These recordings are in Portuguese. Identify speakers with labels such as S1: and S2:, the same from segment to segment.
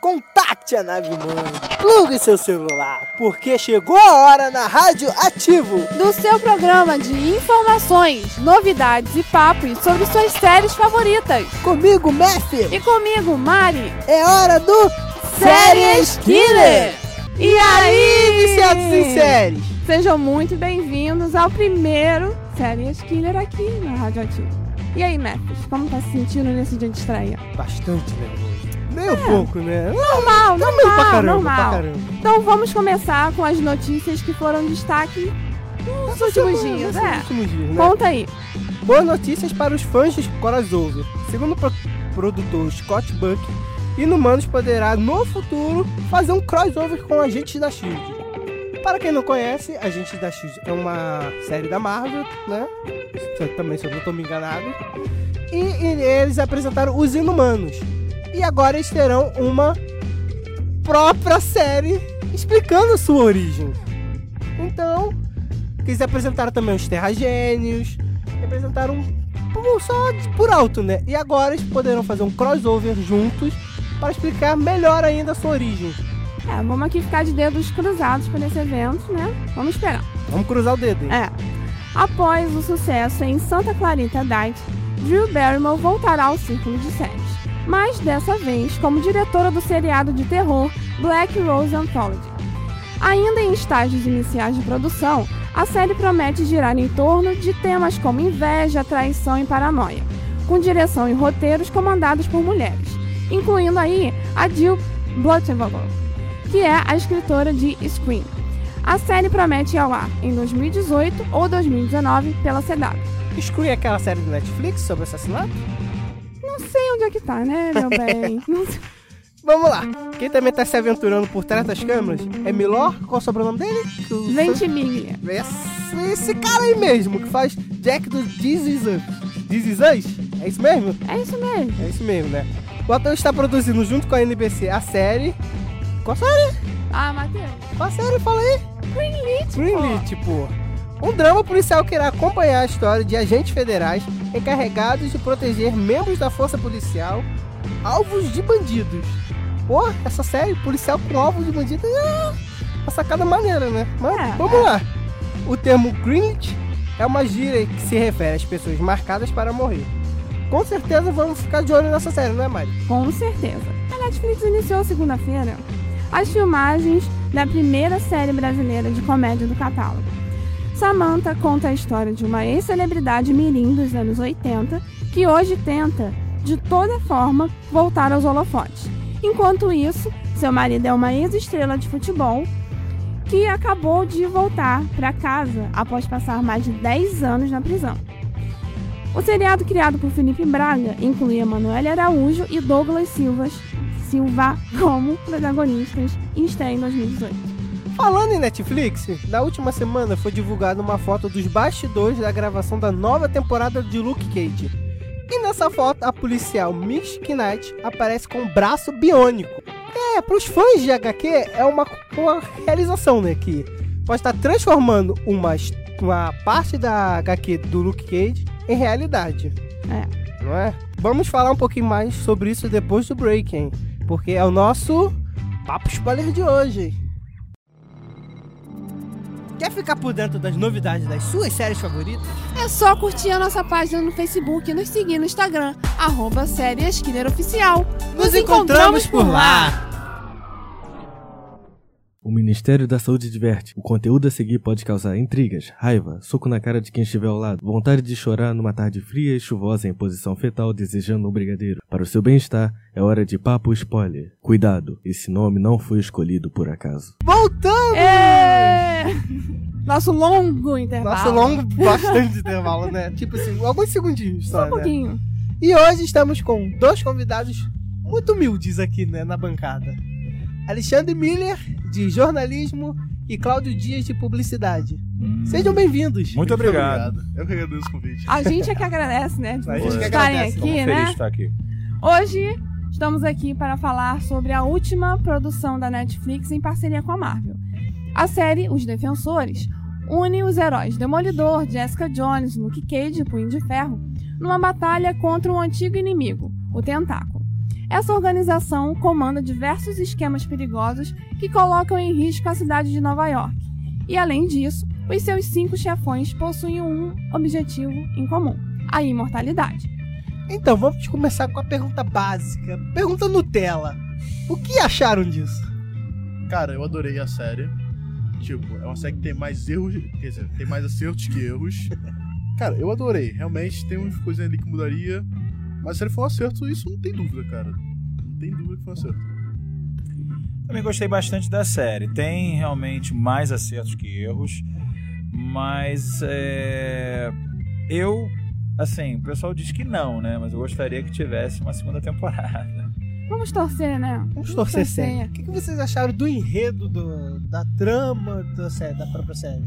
S1: Contacte a nave mãe, plugue seu celular, porque chegou a hora na Rádio Ativo.
S2: Do seu programa de informações, novidades e papos sobre suas séries favoritas.
S1: Comigo, Messi,
S2: E comigo, Mari,
S1: é hora do Séries Killer.
S2: E aí,
S1: Iniciados em séries.
S2: Sejam muito bem-vindos ao primeiro Séries Killer aqui na Rádio Ativa. E aí, Mathis, como tá se sentindo nesse dia de estreia?
S1: Bastante né, nervoso. Meio pouco, né?
S2: Normal,
S1: Tá meio
S2: normal,
S1: pra caramba,
S2: É. Ah, normal.
S1: pra caramba.
S2: Então vamos começar com as notícias que foram destaque nos últimos dias.
S1: Nesses
S2: É.
S1: últimos dias, Tá né?
S2: Conta aí.
S1: Boas notícias para os fãs de Corazouve. Segundo o pro- produtor Scott Buck, Inumanos poderá no futuro fazer um crossover com Agentes da Shield. Para quem não conhece, Agentes da Shield é uma série da Marvel, né? Se eu- Também se eu não estou me enganado. E, e eles apresentaram os Inumanos. E agora eles terão uma própria série explicando a sua origem. Então, eles apresentaram também os Terragênios, representaram por- só de- por alto, né? E agora eles poderão fazer um crossover juntos para explicar melhor ainda a sua origem.
S2: É, vamos aqui ficar de dedos cruzados para esse evento, né? Vamos esperar.
S1: Vamos cruzar o dedo, hein?
S2: É. Após o sucesso em Santa Clarita Diet, Drew Barrymore voltará ao círculo de séries, mas dessa vez como diretora do seriado de terror Black Rose Anthology. Ainda em estágios iniciais de produção, a série promete girar em torno de temas como inveja, traição e paranoia, com direção e roteiros comandados por mulheres, incluindo aí a Jill Blutenvogel, que é a escritora de Scream. A série promete ir ao ar em 2018 ou 2019 pela CW.
S1: Exclui aquela série do Netflix sobre assassinato?
S2: Não sei onde é que tá, né, meu bem? Não sei.
S1: Vamos lá! Quem também tá se aventurando por trás das câmeras é Milor, qual o sobrenome dele? Que eu-
S2: Ventimiglia.
S1: Esse, esse cara aí mesmo, que faz Jack do This Is Us. This Is Us? É isso mesmo?
S2: É isso mesmo.
S1: É isso mesmo, né? O ator está produzindo junto com a NBC a série. Qual série?
S2: Ah, Matheus.
S1: Qual série? Fala aí!
S2: Greenlit, pô.
S1: Greenlit, pô. Um drama policial que irá acompanhar a história de agentes federais encarregados de proteger membros da força policial alvos de bandidos. Pô, essa série, policial com alvos de bandidos, é uma sacada maneira, né? Mas
S2: É,
S1: vamos lá. O termo Greenlit é uma gíria que se refere às pessoas marcadas para morrer. Com certeza vamos ficar de olho nessa série, né, Mari?
S2: Com certeza. A Netflix iniciou segunda-feira as filmagens da primeira série brasileira de comédia do catálogo. Samantha conta a história de uma ex-celebridade mirim dos anos 80 que hoje tenta, de toda forma, voltar aos holofotes. Enquanto isso, seu marido é uma ex-estrela de futebol que acabou de voltar para casa após passar mais de 10 anos na prisão. O seriado criado por Felipe Braga incluía Manuela Araújo e Douglas Silvas, Silva como protagonistas em estreia em 2018.
S1: Falando em Netflix, na última semana foi divulgada uma foto dos bastidores da gravação da nova temporada de Luke Cage. E nessa foto, a policial Miss Knight aparece com um braço biônico. É, pros fãs de HQ, é uma, uma realização, né? Que pode estar transformando uma, his- uma parte da HQ do Luke Cage em realidade. É. Não é? Vamos falar um pouquinho mais sobre isso depois do break, hein? Porque é o nosso papo spoiler de hoje. Quer ficar por dentro das novidades das suas séries favoritas?
S2: É só curtir a nossa página no Facebook e nos seguir no Instagram, arroba série Esquiner Oficial.
S1: Nos encontramos por lá!
S3: O Ministério da Saúde diverte. O conteúdo a seguir pode causar intrigas, raiva, soco na cara de quem estiver ao lado, vontade de chorar numa tarde fria e chuvosa em posição fetal desejando um brigadeiro. Para o seu bem-estar, é hora de papo spoiler. Cuidado, esse nome não foi escolhido por acaso.
S1: Voltando!
S2: É... Nosso longo intervalo.
S1: Nosso longo bastante intervalo, né? Tipo assim, alguns segundinhos só,
S2: Só um
S1: né?
S2: pouquinho.
S1: E hoje estamos com dois convidados muito humildes aqui, né, na bancada. Alexandre Miller, de jornalismo, e Cláudio Dias, de publicidade. Sejam bem-vindos!
S4: Muito obrigado.
S5: Eu que agradeço o convite.
S2: A gente é que agradece, né? de
S1: A
S2: vocês
S1: gente que
S2: estarem
S1: agradece,
S2: aqui,
S4: Feliz
S2: né?
S4: de estar aqui.
S2: Hoje estamos aqui para falar sobre a última produção da Netflix em parceria com a Marvel. A série Os Defensores une os heróis Demolidor, Jessica Jones, Luke Cage e Punho de Ferro numa batalha contra um antigo inimigo, o Tentáculo. Essa organização comanda diversos esquemas perigosos que colocam em risco a cidade de Nova York. E além disso, os seus cinco chefões possuem um objetivo em comum: a imortalidade.
S1: Então, vamos começar com a pergunta básica. Pergunta Nutella. O que acharam disso?
S4: Cara, eu adorei a série. Tipo, é uma série que tem mais erros. Quer dizer, tem mais acertos que erros. Cara, eu adorei. Realmente tem umas coisas ali que mudaria. Mas a série foi um acerto, isso não tem dúvida, cara. Não tem dúvida que foi um acerto.
S5: Também gostei bastante da série. Tem realmente mais acertos que erros, mas é, eu, assim, o pessoal diz que não, né? Mas eu gostaria que tivesse uma segunda temporada.
S2: Vamos torcer, né?
S1: Vamos torcer sempre. O que que vocês acharam do enredo, do- da trama da, série, da própria série?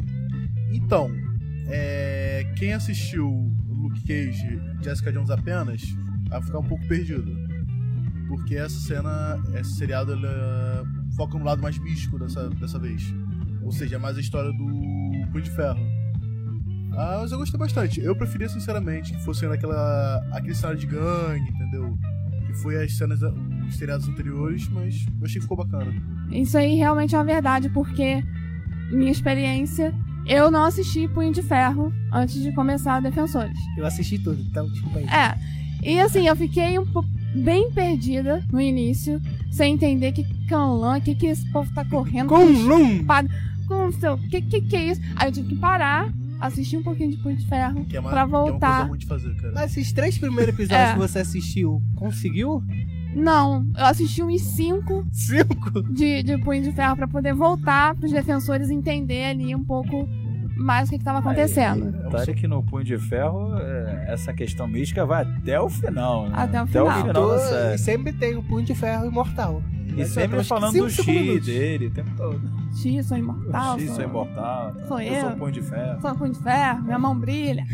S4: Então, é, quem assistiu Luke Cage Jessica Jones apenas vai ficar um pouco perdido. Porque essa cena, esse seriado, ela foca no lado mais místico dessa, dessa vez. Ou seja, é mais a história do Punho de Ferro. Ah, mas eu gostei bastante. Eu preferia, sinceramente, que fosse naquela, aquele cenário de gangue, entendeu? Que foi as cenas, os seriados anteriores, mas eu achei que ficou bacana.
S2: Isso aí realmente é uma verdade, porque minha experiência, eu não assisti Punho de Ferro antes de começar Defensores.
S1: Eu assisti tudo, então desculpa aí.
S2: É. E assim, eu fiquei um po- bem perdida no início, sem entender que canlã, o que, que esse povo tá correndo
S1: Com Lum!
S2: com o seu. Que, que que é isso? Aí eu tive que parar, assistir um pouquinho de Punho de Ferro
S4: Que é uma,
S2: pra
S4: Que é uma
S2: voltar.
S4: coisa ruim de fazer, cara.
S1: Mas esses três primeiros episódios
S2: É.
S1: que você assistiu, conseguiu?
S2: Não, eu assisti uns cinco
S1: Cinco?
S2: de, de Punho de Ferro pra poder voltar pros defensores entender ali um pouco mais o que, que tava acontecendo.
S5: Claro que no Punho de Ferro, é, essa questão mística vai até o final, né?
S2: Até o
S5: Até
S2: final.
S5: o final da
S1: Tô- e
S5: série.
S1: sempre tem o punho de ferro imortal.
S5: É. E
S1: Mas eu
S5: sempre
S1: acho que
S5: falando
S1: cinco
S5: do Xi
S1: segundos.
S5: dele o tempo todo.
S2: X, sou imortal.
S5: Xi, sou imortal.
S2: sou
S5: eu. sou
S2: eu.
S5: Punho de Ferro.
S2: Só com de ferro, minha mão brilha.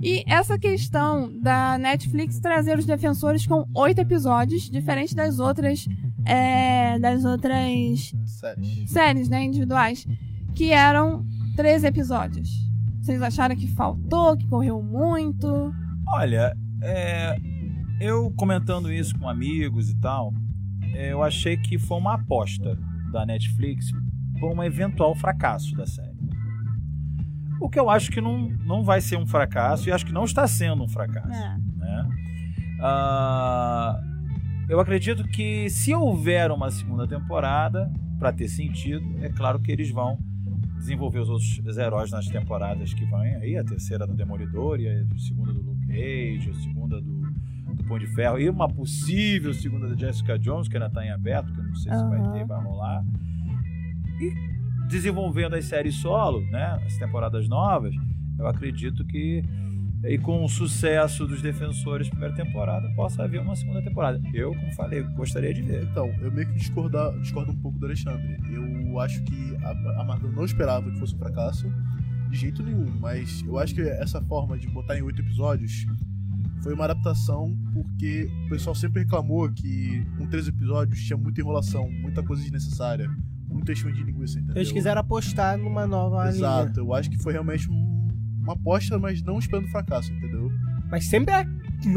S2: e essa questão da Netflix trazer os defensores com oito episódios, diferente das outras é, das outras
S4: Sério.
S2: séries, né, individuais, que eram três episódios. Vocês acharam que faltou, que correu muito?
S5: Olha, é, eu comentando isso com amigos e tal, é, eu achei que foi uma aposta da Netflix por um eventual fracasso da série. O que eu acho que não, não vai ser um fracasso e acho que não está sendo um fracasso.
S2: É.
S5: né? Ah, eu acredito que se houver uma segunda temporada, para ter sentido, é claro que eles vão desenvolver os outros heróis nas temporadas que vão aí, a terceira do Demolidor e a segunda do Luke Cage, a segunda do, do Pão de Ferro e uma possível segunda da Jessica Jones, que ainda está em aberto, que eu não sei se vai
S2: Aham.
S5: ter, vai rolar. E desenvolvendo as séries solo, né, as temporadas novas, eu acredito que e com o sucesso dos defensores primeira temporada, possa haver uma segunda temporada. Eu, como falei, gostaria de ver.
S4: Então, eu meio que discorda, discordo um pouco do Alexandre. Eu acho que a, a Marvel não esperava que fosse um fracasso, de jeito nenhum, mas eu acho que essa forma de botar em oito episódios foi uma adaptação, porque o pessoal sempre reclamou que com três episódios tinha muita enrolação, muita coisa desnecessária, muito enchimento de linguiça, entendeu?
S1: Eles quiseram apostar numa nova linha.
S4: Exato, eu acho que foi realmente um- uma aposta, mas não esperando fracasso, entendeu?
S1: Mas sempre, a-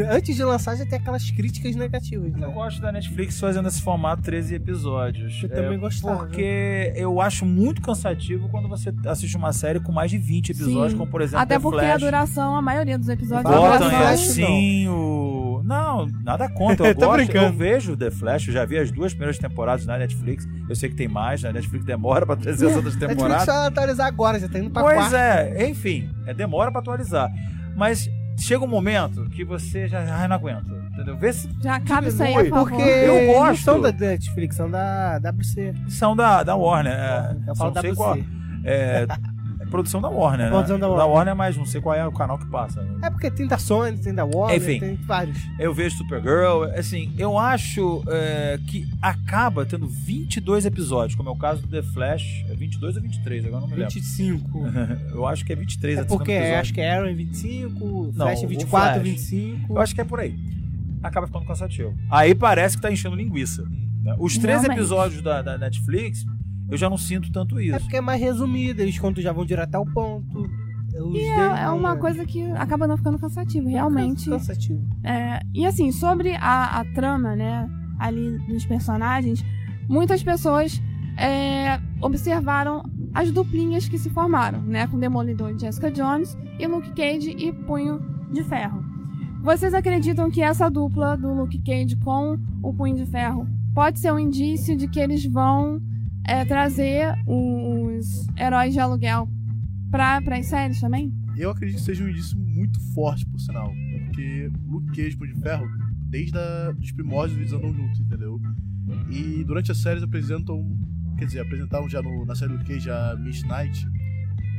S1: antes de lançar, já tem aquelas críticas negativas,
S5: Eu
S1: né?
S5: gosto da Netflix fazendo esse formato 13 episódios.
S1: Eu
S5: É,
S1: também gostava.
S5: Porque eu acho muito cansativo quando você assiste uma série com mais de 20 episódios,
S2: Sim.
S5: como por exemplo
S2: Até
S5: The
S2: porque a
S5: Flash.
S2: duração, a maioria dos episódios
S1: Bota
S2: a
S5: Botam
S1: Flash,
S5: é
S1: não.
S5: assim o. Não, nada contra. Eu
S1: Tô
S5: gosto,
S1: Tá brincando.
S5: eu vejo The Flash, eu já vi as duas primeiras temporadas na Netflix. Eu sei que tem mais, né? A Netflix demora pra trazer as outras
S1: Netflix
S5: temporadas.
S1: só atualizar agora, já tá indo pra
S5: pois
S1: quarta.
S5: é, enfim, é demora pra atualizar. Mas chega um momento que você já ai, não aguenta, entendeu? Vê se
S2: Já acaba é isso aí,
S4: Diminui,
S2: por favor.
S1: Porque
S5: Eu
S1: eles não
S5: gosto.
S1: são da Netflix, são da WC.
S5: são da, da Warner. É,
S1: eu
S5: são
S1: falo
S5: não sei
S1: WC.
S5: qual. É, é produção da
S1: É
S5: Warner, né?
S1: produção da Warner.
S5: mas não sei qual é o canal que passa.
S1: É porque tem da Sony, tem da Warner,
S5: Enfim.
S1: tem vários.
S5: Eu vejo Supergirl, assim, eu acho é, que acaba tendo 22 episódios, como é o caso do The Flash. É 22 ou 23, agora eu não me lembro.
S1: 25.
S5: Eu acho que é 23
S1: É
S5: a segunda
S1: porque
S5: episódio.
S1: acho que é Aaron 25,
S5: Não,
S1: Flash
S5: o
S1: 24,
S5: Flash.
S1: 25.
S5: Eu acho que é por aí. Acaba ficando cansativo. Aí parece que tá enchendo linguiça. né? Os três
S2: Realmente.
S5: episódios da, da Netflix, eu já não sinto tanto
S1: É
S5: isso.
S1: porque é mais resumido, eles contam já vão direto ao ponto. Os dedos
S2: E é, é
S1: não-
S2: uma coisa que acaba não ficando cansativo, realmente.
S1: Cansativo.
S2: É, e assim, sobre a, a trama, né, ali dos personagens, muitas pessoas é, observaram as duplinhas que se formaram, né, com Demolidor e Jessica Jones e Luke Cage e Punho de Ferro. Vocês acreditam que essa dupla do Luke Cage com o Punho de Ferro pode ser um indício de que eles vão é, trazer o- os heróis de aluguel para as séries também?
S4: Eu acredito que seja um indício muito forte, por sinal. Porque Luke Cage e Punho de Ferro, desde a, dos primórdios, eles andam juntos, entendeu? E durante as séries apresentam. Quer dizer, apresentaram já no- na série Luke Cage a Miss Knight.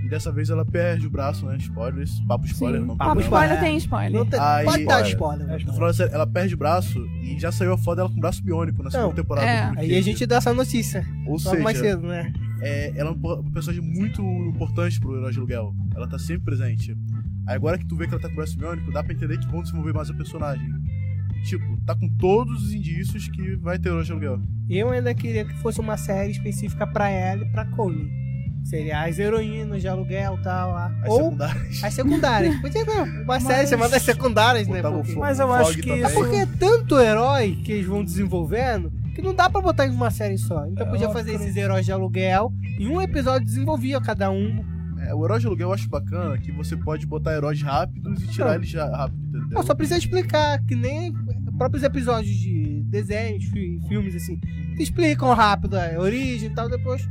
S4: E dessa vez ela perde o braço, né? Spoilers. Papo spoiler,
S2: Sim.
S4: não
S1: Papo
S2: Papo
S4: problema.
S2: spoiler
S1: É.
S2: tem spoiler.
S1: Não tem-
S4: Aí-
S1: pode dar
S5: Spoiler.
S1: spoiler.
S5: É,
S4: No final da série, ela perde o braço e já saiu a foto dela com o braço biônico na
S1: Então,
S4: segunda temporada.
S2: é.
S4: do Luke
S1: Aí
S4: Cage.
S1: a gente dá essa notícia.
S4: Ou
S1: Logo mais
S4: seja,
S1: cedo, né?
S4: é, ela é uma po- uma personagem muito importante pro Herói de Aluguel. Ela tá sempre presente. Aí agora que tu vê que ela tá com o braço biônico, dá pra entender que vão desenvolver mais a personagem. Tipo, tá com todos os indícios que vai ter Herói de Aluguel.
S1: Eu ainda queria que fosse uma série específica pra ela e pra Cole. Seria as heroínas de aluguel e tal. lá.
S4: As
S1: Ou
S4: secundárias.
S1: as secundárias. Podia ter uma série chamada as secundárias, né?
S4: Botava o
S1: porque-
S4: Flo-
S1: Mas
S4: o
S5: eu acho
S4: Fog
S5: que
S4: também.
S1: é porque é tanto herói que eles vão desenvolvendo que não dá pra botar em uma série só. Então
S5: É,
S1: podia
S5: eu
S1: fazer
S5: acredito.
S1: esses heróis de aluguel e um episódio desenvolvia cada um.
S4: É, o Herói de Aluguel eu acho bacana que você pode botar heróis rápidos e tirar eles já rápido, entendeu?
S1: Eu só precisa explicar que nem próprios episódios de desenhos, fi- filmes assim, que explicam rápido a origem e tal, depois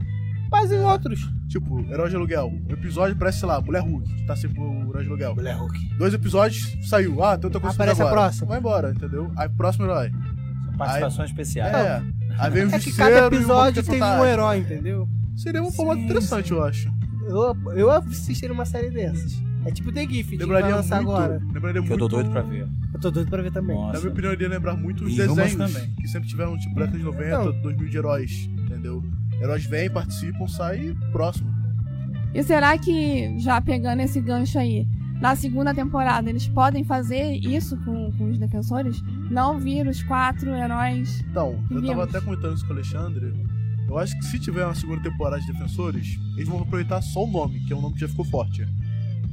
S1: fazem outros.
S4: Tipo, Herói de Aluguel. Um episódio parece, sei lá, Mulher Hulk, que tá sempre o Herói de Aluguel.
S1: Mulher Hulk.
S4: Dois episódios, saiu. Ah, tem outra coisa pra
S1: Aparece
S4: fazer
S1: a
S4: agora.
S1: próxima.
S4: Vai embora, entendeu? Aí, próximo herói.
S5: São participações especiais.
S4: É. Aí vem o
S1: É que
S4: Justiceiro
S1: cada
S4: e o
S1: episódio
S4: Vampiro
S1: tem
S5: tá
S1: um
S4: Fantasma.
S1: herói, entendeu?
S4: Seria um formato interessante, eu acho.
S1: Eu, eu assistiria uma série dessas. É tipo The Gift, que vai
S4: Lembraria muito.
S1: lançar agora.
S4: Lembraria
S5: Que
S4: muito.
S5: eu tô doido pra ver.
S1: Eu tô doido pra ver também.
S5: Nossa.
S4: Na minha opinião, iria lembrar muito os
S5: E
S4: desenhos
S5: Rumas também.
S4: que sempre tiveram, tipo, década de 90,
S1: Então.
S4: 2000 de heróis, entendeu? Heróis vêm, participam, saem e próximo.
S2: E será que, já pegando esse gancho aí, na segunda temporada eles podem fazer isso com, com os defensores? Não vir os quatro heróis?
S4: Então, eu
S2: Vimos.
S4: tava até comentando isso com o Alexandre. Eu acho que se tiver uma segunda temporada de Defensores, eles vão aproveitar só o nome, que é um nome que já ficou forte.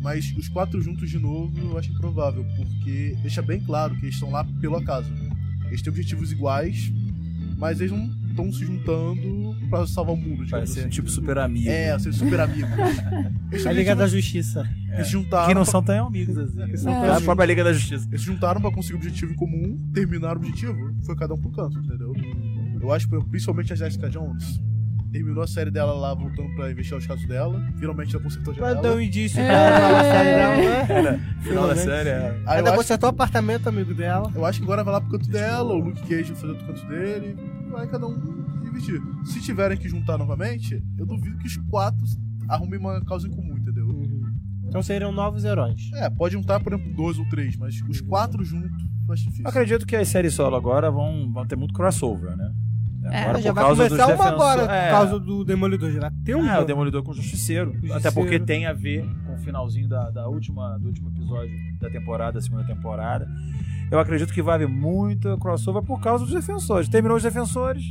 S4: Mas os quatro juntos de novo eu acho improvável, porque deixa bem claro que eles estão lá pelo acaso. Eles têm objetivos iguais, mas eles não estão se juntando pra salvar o mundo, digamos
S5: Parecer
S4: assim.
S5: um tipo super Tá amigo.
S4: É, ser super amigos. Eles
S1: A
S4: têm
S1: Liga da
S4: objetivos
S1: Justiça.
S4: que se juntaram.
S5: Que não
S4: pra-
S5: são tão amigos assim.
S4: que
S5: né?
S4: são
S2: É.
S5: É
S4: tão
S5: a própria Liga da Justiça.
S4: eles se juntaram pra conseguir um objetivo em comum, terminaram o objetivo, foi cada um pro canto, entendeu? Eu acho que principalmente a Jessica Jones. Terminou a série dela lá, voltando pra investigar os casos dela. Finalmente ela consertou a
S1: Pra
S4: janela.
S1: dar um indício
S2: É.
S1: pra ela na série
S5: Ah,
S1: dela, né?
S5: É, Final da
S1: Finalmente.
S5: série. é.
S4: Aí eu,
S1: Ainda
S4: acho,
S1: consertou o apartamento, amigo dela.
S4: eu acho que agora vai lá pro canto dela, o Luke Cage vai fazer outro canto dele. Vai cada um investir. Se tiverem que juntar novamente, eu duvido que os quatro arrumem uma causa em comum, entendeu?
S5: Uhum.
S1: Então seriam novos heróis.
S4: É, pode juntar, por exemplo, dois ou três, mas os quatro juntos, eu acho difícil.
S5: Eu acredito que as séries solo agora vão, vão ter muito crossover, né?
S2: É,
S5: Agora,
S1: já
S5: por
S1: vai
S5: causa dos
S1: começar uma
S5: defenso-
S1: agora,
S5: é.
S1: por causa do Demolidor. Já vai ter um.
S5: Ah, o Demolidor com o Justiceiro.
S1: Justiceiro.
S5: Até porque tem a ver com o finalzinho da, da última, do último episódio da temporada, da segunda temporada. Eu acredito que vai haver muita crossover por causa dos defensores. Terminou os defensores,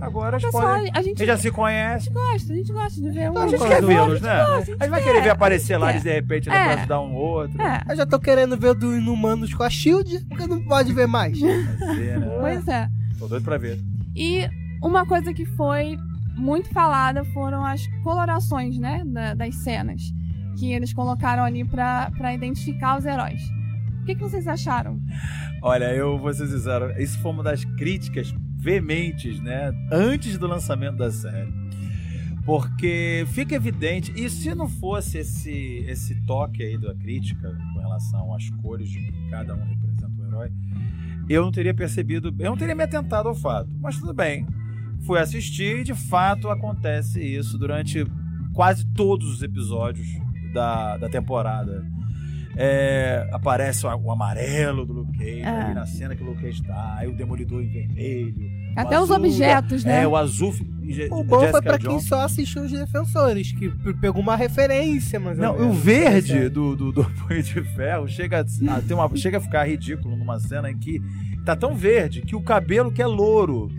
S5: agora eles
S2: Pessoal,
S5: podem.
S2: a gente
S5: Eles já se conhecem,
S2: gosta, a gente gosta de ver um.
S5: a gente
S1: gosto,
S5: quer
S1: eu
S5: vê-los, né?
S2: gosta, a
S5: A
S2: gente
S5: gente vai querer ver aparecer lá,
S2: quer.
S5: eles de repente
S2: É.
S5: né, pra ajudar um outro.
S2: É,
S1: Eu já tô querendo ver do Inumanos com a Shield, porque não pode ver mais.
S5: Fazer, né?
S2: pois é.
S5: Tô doido pra ver.
S2: E uma coisa que foi muito falada foram as colorações, né, da- das cenas que eles colocaram ali pra pra identificar os heróis. O que, que vocês acharam?
S5: Olha, eu vou ser sincero, isso foi uma das críticas veementes, né? Antes do lançamento da série. Porque fica evidente, e se não fosse esse, esse toque aí da crítica com relação às cores de que cada um representa o herói, eu não teria percebido, eu não teria me atentado ao fato. Mas tudo bem, fui assistir e de fato acontece isso durante quase todos os episódios da, da temporada. É, aparece o, o amarelo do Luke Cage
S2: É.
S5: ali na cena que o Luke Cage está, aí o Demolidor em vermelho.
S2: Até os
S5: azul,
S2: objetos, né?
S5: É, o azul. e Je-
S1: O bom foi
S5: Jessica
S1: pra quem
S5: Jones.
S1: só assistiu os Defensores, que p- pegou uma referência, mas.
S5: Não, o verde do, do, do punho de ferro chega a, a ter uma, chega a ficar ridículo numa cena em que tá tão verde que o cabelo que é louro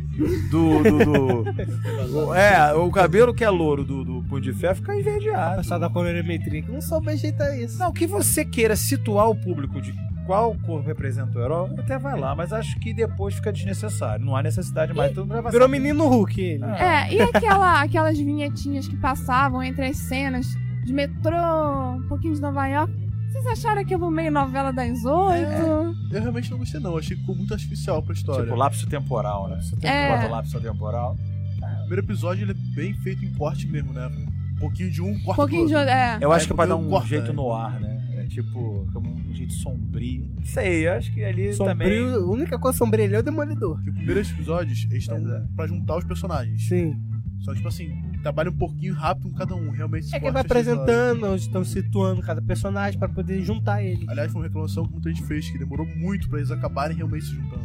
S5: do. do, do- o- é, o cabelo que é louro do, do Punho de Ferro fica enverdeado.
S1: Pessoal da colorimetria que não soube ajeitar isso.
S5: Não, que você queira situar o público de qual cor representa o herói, até vai lá, mas acho que depois fica desnecessário. Não há necessidade mais. Tudo vai
S1: Virou menino Hulk ele.
S5: Ah.
S2: É, e aquela, aquelas vinhetinhas que passavam entre as cenas de metrô, um pouquinho de Nova York. Vocês acharam que eu vou meio novela das
S5: É.
S2: oito? Um
S4: Eu realmente não gostei, não. Eu achei que ficou muito artificial pra história.
S5: Tipo, lapso temporal, né?
S2: É.
S5: Bota lapso temporal.
S4: O primeiro episódio ele é bem feito em corte mesmo, né? Um pouquinho de um,
S2: Um
S4: corte
S2: pouquinho
S4: do
S2: de.
S4: outro.
S2: É.
S5: Eu acho
S4: É,
S5: que é pra dar
S4: porque
S5: um
S4: corta,
S5: jeito
S4: né?
S5: no ar, né? É tipo, como um jeito sombrio. Não sei, eu acho que ali
S1: Sombrio,
S5: também.
S1: a única coisa sombria ali é o Demolidor.
S4: Porque os primeiros episódios eles estão
S5: Pois é.
S4: pra juntar os personagens.
S1: Sim.
S4: Só que, tipo assim, trabalha um pouquinho rápido com cada um.
S1: É
S4: Realmente esse
S1: que ele
S4: corte
S1: vai
S4: eu achei zoado.
S1: apresentando, onde estão situando cada personagem pra poder juntar ele.
S4: Aliás, foi uma reclamação que muita gente fez, que demorou muito pra eles acabarem realmente se juntando.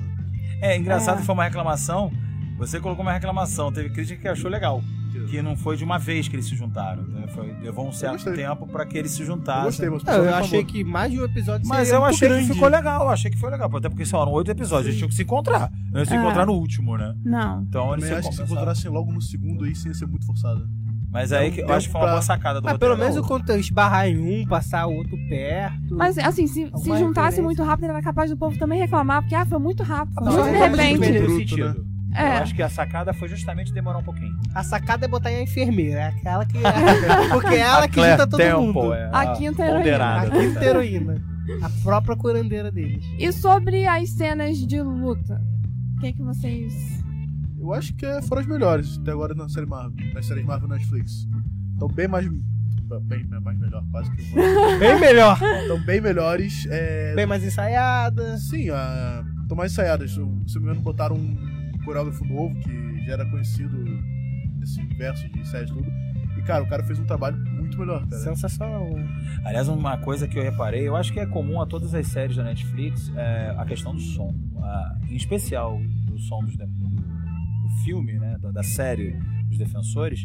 S5: É,
S4: Ah.
S5: engraçado,
S2: É.
S5: foi uma reclamação. Você colocou uma reclamação, teve crítica que achou legal. Que não foi de uma vez que eles se juntaram. Né? Foi, levou um certo
S4: gostei.
S5: tempo pra que eles se
S4: Eu
S5: juntassem.
S4: gostei, é mas o
S1: Ah,
S4: pessoal
S1: eu
S4: reclamou.
S1: achei que mais de um episódio
S5: Mas
S1: seria
S5: eu
S1: muito
S5: achei que
S1: grande.
S5: ficou legal, eu achei que foi legal. Até porque só eram oito episódios, eles tinham que se encontrar. Não iam se
S2: É.
S5: encontrar no último, né?
S2: Não.
S5: Então eles
S4: Ah. Também
S5: se
S4: acho que se
S5: encontraram.
S4: encontrassem logo no segundo aí, sem ser muito forçado.
S5: Mas
S4: É
S5: aí
S4: um
S5: que eu
S4: tempo
S5: acho que foi uma
S4: pra-
S5: boa sacada do
S1: Mas pelo
S5: roteiro.
S1: menos o quanto esbarrar em um, passar o outro perto.
S2: Mas assim, se, se
S1: Alguma
S2: juntasse
S1: referência?
S2: muito rápido, era capaz do povo também reclamar, porque ah, foi muito rápido.
S5: Então,
S1: não,
S2: muito
S1: mas
S2: de
S1: vamos discutir.
S2: repente.
S1: Muito
S4: bruto, né?
S2: É.
S5: é Eu acho que a sacada foi justamente demorar um pouquinho.
S1: A sacada é botar em a enfermeira. é Aquela que. porque é ela
S5: A
S1: que
S5: Claire
S1: junta todo
S5: Temple
S1: mundo.
S5: é
S2: A quinta heroína.
S1: A
S4: É,
S5: ponderada.
S1: quinta heroína. A própria curandeira deles.
S2: E sobre as cenas de luta? O que, que vocês.
S4: Eu acho que é foram as melhores até agora na série Marvel, nas séries Marvel Netflix. Estão bem mais. Bem, bem mais melhor, quase que.
S1: Bem melhor.
S4: Estão bem melhores. É...
S1: Bem mais ensaiada.
S4: Sim, estão mais ensaiadas. Se eu se eu não me engano, botaram um coreógrafo novo que já era conhecido nesse universo de séries e tudo. E cara, o cara fez um trabalho muito melhor, cara.
S1: Sensacional. né?
S5: Aliás, uma coisa que eu reparei, eu acho que é comum a todas as séries da Netflix, é a questão do som. A- em especial do som dos de- do, do filme, né, da, da série dos Defensores,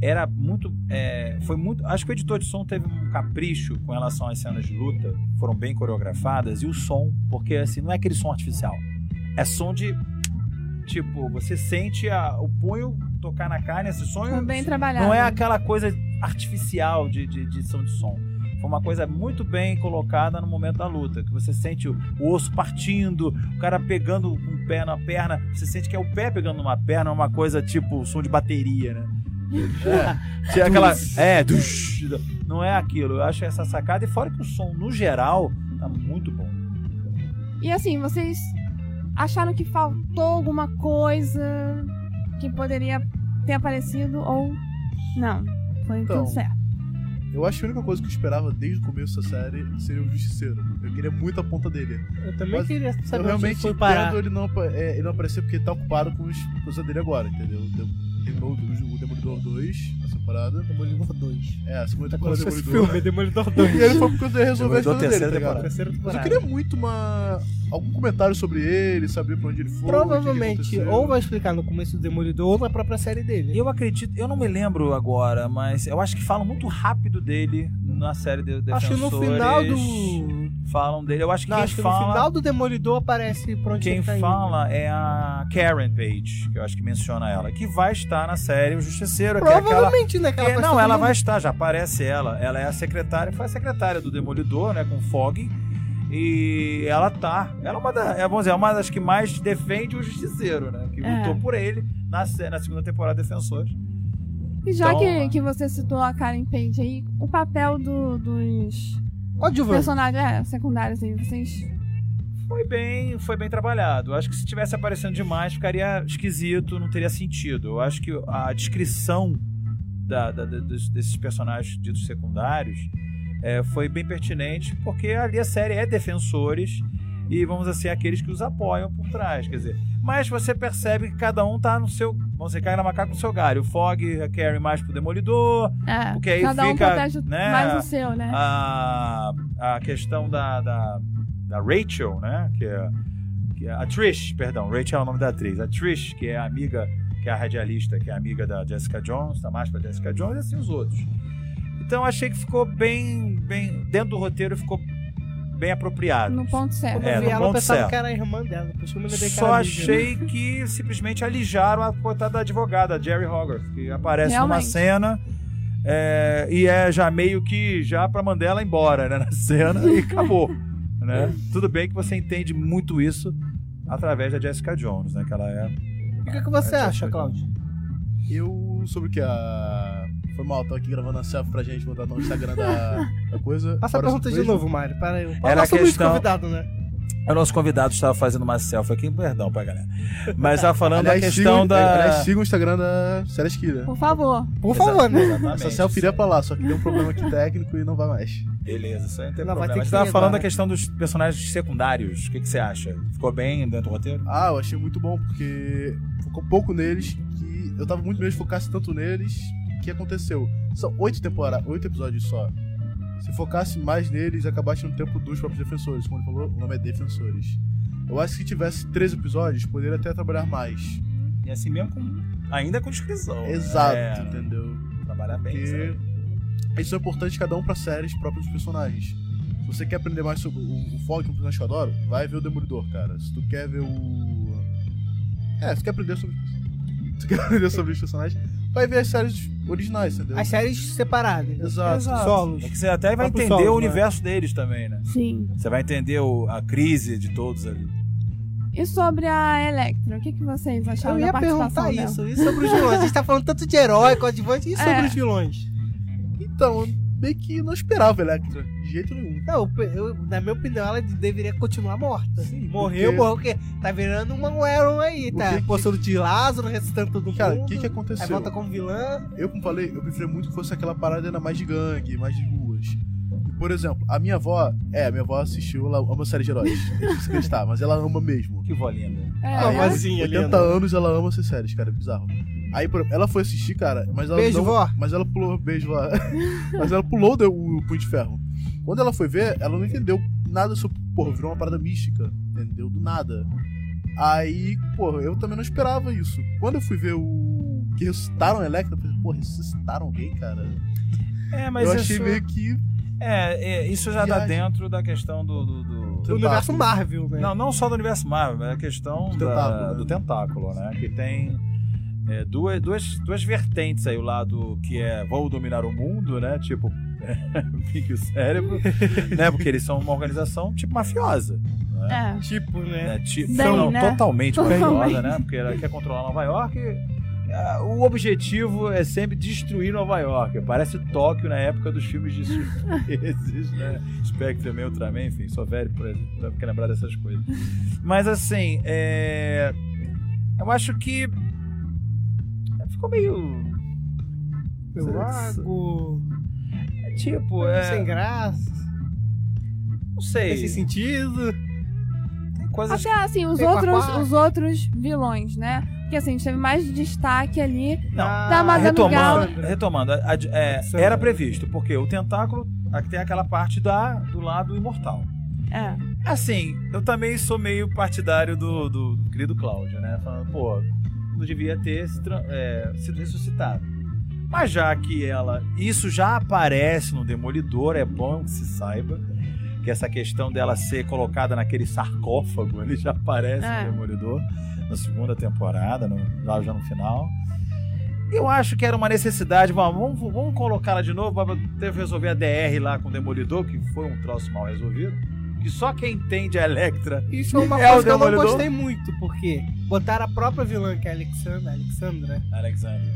S5: era muito, é, foi muito. Acho que o editor de som teve um capricho com relação às cenas de luta, foram bem coreografadas e o som, porque assim não é aquele som artificial, é som de tipo você sente a- o punho tocar na carne, esse som
S2: Foi bem trabalhadas?
S5: não é aquela coisa artificial de, de, de edição de som. Foi uma coisa muito bem colocada no momento da luta, que você sente o, o osso partindo, o cara pegando um pé na perna, você sente que é o pé pegando numa perna, é uma coisa tipo som de bateria, né? É, tinha aquela. É, dush, não é aquilo. Eu acho essa sacada, e fora que o som, no geral, tá muito bom.
S2: E assim, vocês acharam que faltou alguma coisa que poderia ter aparecido ou não? Foi
S4: Então.
S2: tudo certo.
S4: Eu acho que a única coisa que eu esperava desde o começo da série seria o Justiceiro. Eu queria muito a ponta dele.
S1: Eu também
S4: Mas
S1: queria
S4: eu
S1: saber onde
S4: realmente
S1: ele foi
S4: entendo
S1: parar.
S4: ele não, apa- é, ele não aparecer porque ele tá ocupado com os coisas dele agora, entendeu? Dem- Terminou o Dem- o Demolidor 2, a temporada.
S1: Demolidor 2.
S4: É, a segunda
S1: Tá como
S4: temporada
S1: se
S4: do
S1: fosse
S4: Demolidor.
S1: filme, Demolidor 2.
S4: E ele foi porque ele resolveu
S5: Demolidor
S4: a história dele,
S5: terceira
S4: tá ligado?
S5: temporada.
S1: Terceira
S4: Mas eu
S1: temporada.
S4: queria muito uma... algum comentário sobre ele, saber pra onde ele foi. o que
S1: Provavelmente,
S4: ele aconteceu.
S1: ou vai explicar no começo do Demolidor ou na própria série dele.
S5: Eu acredito, eu não me lembro agora, mas eu acho que falam muito rápido dele na série de Defensores.
S1: Acho que no final do.
S5: Falam dele. Eu acho que
S1: Não,
S5: quem
S1: acho que
S5: fala...
S1: no final do Demolidor aparece pra onde
S5: Quem
S1: ele tá indo.
S5: fala é a Karen Page, que eu acho que menciona ela, que vai estar na série O Justiceiro, que é aquela.
S1: Provavelmente, né? que
S5: que é-
S1: aparece
S5: não,
S1: todo
S5: ela
S1: mundo.
S5: vai estar, já aparece ela. Ela é a secretária, foi a secretária do Demolidor, né? Com o Fog. E ela tá. Ela é uma, da, é, vamos dizer, é uma das que mais defende o Justiceiro, né? Que
S2: É.
S5: lutou por ele na, sé- na segunda temporada de Defensores.
S2: E já
S5: Então,
S2: que, que você citou a Karen Page aí, o papel do- dos
S1: Coadjuvante.
S2: personagens é, secundários aí, vocês.
S5: Foi bem, foi bem trabalhado. Eu Acho que se tivesse aparecendo demais, ficaria esquisito, não teria sentido. Eu acho que a descrição da- da- da- dos- desses personagens ditos secundários é, foi bem pertinente, porque ali a série é defensores e vamos dizer assim, aqueles que os apoiam por trás, quer dizer. Mas você percebe que cada um tá no seu, vamos dizer, cai na macaca no seu galho. O Fog, a Carrie mais pro Demolidor,
S2: É,
S5: Porque aí
S2: cada um
S5: fica,
S2: protege o-
S5: né,
S2: mais o seu, né?
S5: a, a questão da, da, da Rachel, né? Que é, que é- a Trish, perdão, Rachel é o nome da atriz. A Trish, que é a amiga, que é a radialista, que é amiga da Jessica Jones, tá mais pra Jessica Jones, e assim os outros. Então achei que ficou bem, bem dentro do roteiro ficou bem apropriados.
S2: No ponto certo.
S1: Quando
S5: É,
S1: eu vi
S5: no
S1: ela, eu
S5: ponto
S1: pensava
S5: certo.
S1: que era a irmã dela. Depois que eu me lembrei que
S5: Só
S1: era né?
S5: achei que simplesmente alijaram a coitada da advogada, a Jerry Hogarth, que aparece numa
S2: Realmente.
S5: cena é, e é já meio que já pra mandar ela embora né, na cena e acabou. né? Tudo bem que você entende muito isso através da Jessica Jones, né? Que ela é.
S1: O que, que você
S5: É,
S1: acha,
S5: Jessica
S1: Cláudio?
S4: Eu. Sobre o que a. Foi mal, tô aqui gravando a selfie pra gente botar no Instagram da, da coisa.
S1: Passa a
S4: Agora,
S1: pergunta de
S4: surpresa.
S1: novo, Mário. Para eu.
S5: Era
S1: Nossa,
S5: a
S1: Luiz
S5: questão-
S1: convidado, né?
S5: O nosso convidado estava fazendo uma selfie aqui, perdão pra galera. Mas estava falando da
S4: Aliás,
S5: questão
S4: sigam,
S5: da.
S4: aliás, sigam o Instagram da Série Esquina.
S2: Por favor.
S1: Por favor, né?
S5: Exatamente.
S4: Essa selfie iria pra lá, só que deu um problema aqui técnico e não vai mais.
S5: Beleza, isso aí não tem
S1: Não, vai ter
S5: problema. A gente
S1: que
S5: tava
S1: levar,
S5: falando
S1: né?
S5: da questão dos personagens secundários. O que, que você acha? Ficou bem dentro do roteiro?
S4: Ah, eu achei muito bom, porque focou pouco neles, que eu tava muito medo de focasse tanto neles, que aconteceu. São oito temporadas, oito episódios só. Se focasse mais neles, acabasse no tempo dos próprios defensores, como ele falou, o nome é Defensores. Eu acho que se tivesse três episódios, poderia até trabalhar mais.
S5: E assim mesmo com. Ainda com descrição.
S4: Exato,
S5: É,
S4: entendeu?
S5: trabalhar bem.
S4: Porque-
S5: sabe?
S4: Isso é importante cada um pra séries próprias dos personagens. Se você quer aprender mais sobre o, o Fogg, que é um personagem que eu adoro, vai ver o Demolidor, cara. Se tu quer ver o. É, se tu quer aprender sobre. se tu quer aprender sobre os personagens, vai ver as séries originais, entendeu?
S1: As séries separadas.
S4: Exato.
S5: Exato.
S1: Solos.
S5: É que você até vai
S1: Vai pro
S5: entender
S1: solos,
S5: o
S1: né?
S5: universo deles também, né?
S2: Sim.
S5: Você vai entender o- a crise de todos ali.
S2: E sobre a Electra, o que, que vocês acharam
S1: Eu
S2: da
S1: ia
S2: participação
S1: perguntar
S2: dela?
S1: isso. E sobre os vilões? A gente tá falando tanto de herói, coadjuvante. E sobre
S2: É.
S1: os vilões?
S4: Então, eu meio que não esperava Electra, de jeito nenhum.
S1: Não, eu- na minha opinião, ela de- deveria continuar morta.
S4: Sim,
S1: Morreu,
S4: porque-
S1: morreu, porque tá virando uma Warren aí, tá?
S4: O que que-
S1: Postando de Lázaro, recitando todo mundo.
S4: Cara, o que que
S1: Aí
S4: aconteceu?
S1: volta como vilã.
S4: Eu, como falei, eu preferia muito que fosse aquela parada ainda mais de gangue, mais de ruas. E, Por exemplo, a minha avó, é, a minha avó assistiu, ela ama série de heróis. É difícil acreditar, mas ela ama mesmo.
S5: Que vó linda.
S2: É,
S1: Ah, mas-
S4: Aí,
S2: né?
S4: 80
S1: vozinha linda.
S4: anos ela ama essas séries, cara, é bizarro. Aí por- ela foi assistir, cara, mas ela
S1: Beijo,
S4: não-
S1: vó.
S4: mas ela pulou, beijo lá. mas ela pulou o, o punho de ferro. Quando ela foi ver, ela não entendeu nada sobre, porra, virou uma parada mística, entendeu? Do nada. Aí, porra, eu também não esperava isso. Quando eu fui ver o que ressuscitaram a Electra, eu falei, porra, ressuscitaram alguém, cara?
S5: É, mas
S4: eu achei
S5: isso...
S4: meio que
S5: É, é, isso já tá
S4: Viagem.
S5: dentro da questão do... do- do-
S1: Do universo Marvel, né?
S5: tá Não, não só do universo Marvel, mas a questão
S4: Do
S5: da-
S4: tentáculo, né?
S5: do tentáculo, né? Que tem é, duas, duas, duas vertentes aí. O lado que é vou dominar o mundo, né? Tipo, pique o cérebro, né? Porque eles são uma organização tipo mafiosa. Né?
S2: É.
S1: Tipo, né?
S5: É, tipo,
S2: Bem,
S5: não,
S2: né?
S5: totalmente
S2: Totalmente.
S5: mafiosa, né? Porque ela quer controlar Nova York. e, ah, O objetivo é sempre destruir Nova York. Parece Tóquio na época dos filmes de surpreses, né? Spectrum, Ultraman, enfim, sou velho pra, pra ficar lembrar dessas coisas. Mas assim, é... eu acho que ficou meio.
S1: Meu lago.
S5: é, Tipo,
S1: Sem
S5: é,
S1: graça.
S5: não sei.
S1: Sem sentido.
S5: tem coisas
S2: Até assim, os
S1: Tem
S2: outros,
S1: quaquá?
S2: os outros vilões, né? Porque assim, a gente teve mais destaque ali.
S5: Não.
S1: Ah,
S2: Madame
S5: retomando,
S1: Sandra.
S5: retomando a- a- é,
S1: Sandra.
S5: era previsto, porque o tentáculo aqui tem aquela parte da, do lado imortal.
S2: É.
S5: Assim, eu também sou meio partidário do, do, do querido Cláudio, né? Falando, pô, não devia ter se tra- é, sido ressuscitado. Mas já que ela. Isso já aparece no Demolidor, é bom que se saiba. Que essa questão dela ser colocada naquele sarcófago, ele já aparece
S2: É.
S5: no Demolidor, na segunda temporada, no, lá já no final. Eu acho que era uma necessidade. Vamos, vamos, vamos colocá-la de novo para resolver a DR lá com o Demolidor, que foi um troço mal resolvido. Que só quem entende a Electra.
S1: Isso é uma
S5: É o
S1: coisa que eu não
S5: Demolidor?
S1: gostei muito, porque botaram a própria vilã, que é a Alexandra, Alexandra
S5: Alexandre.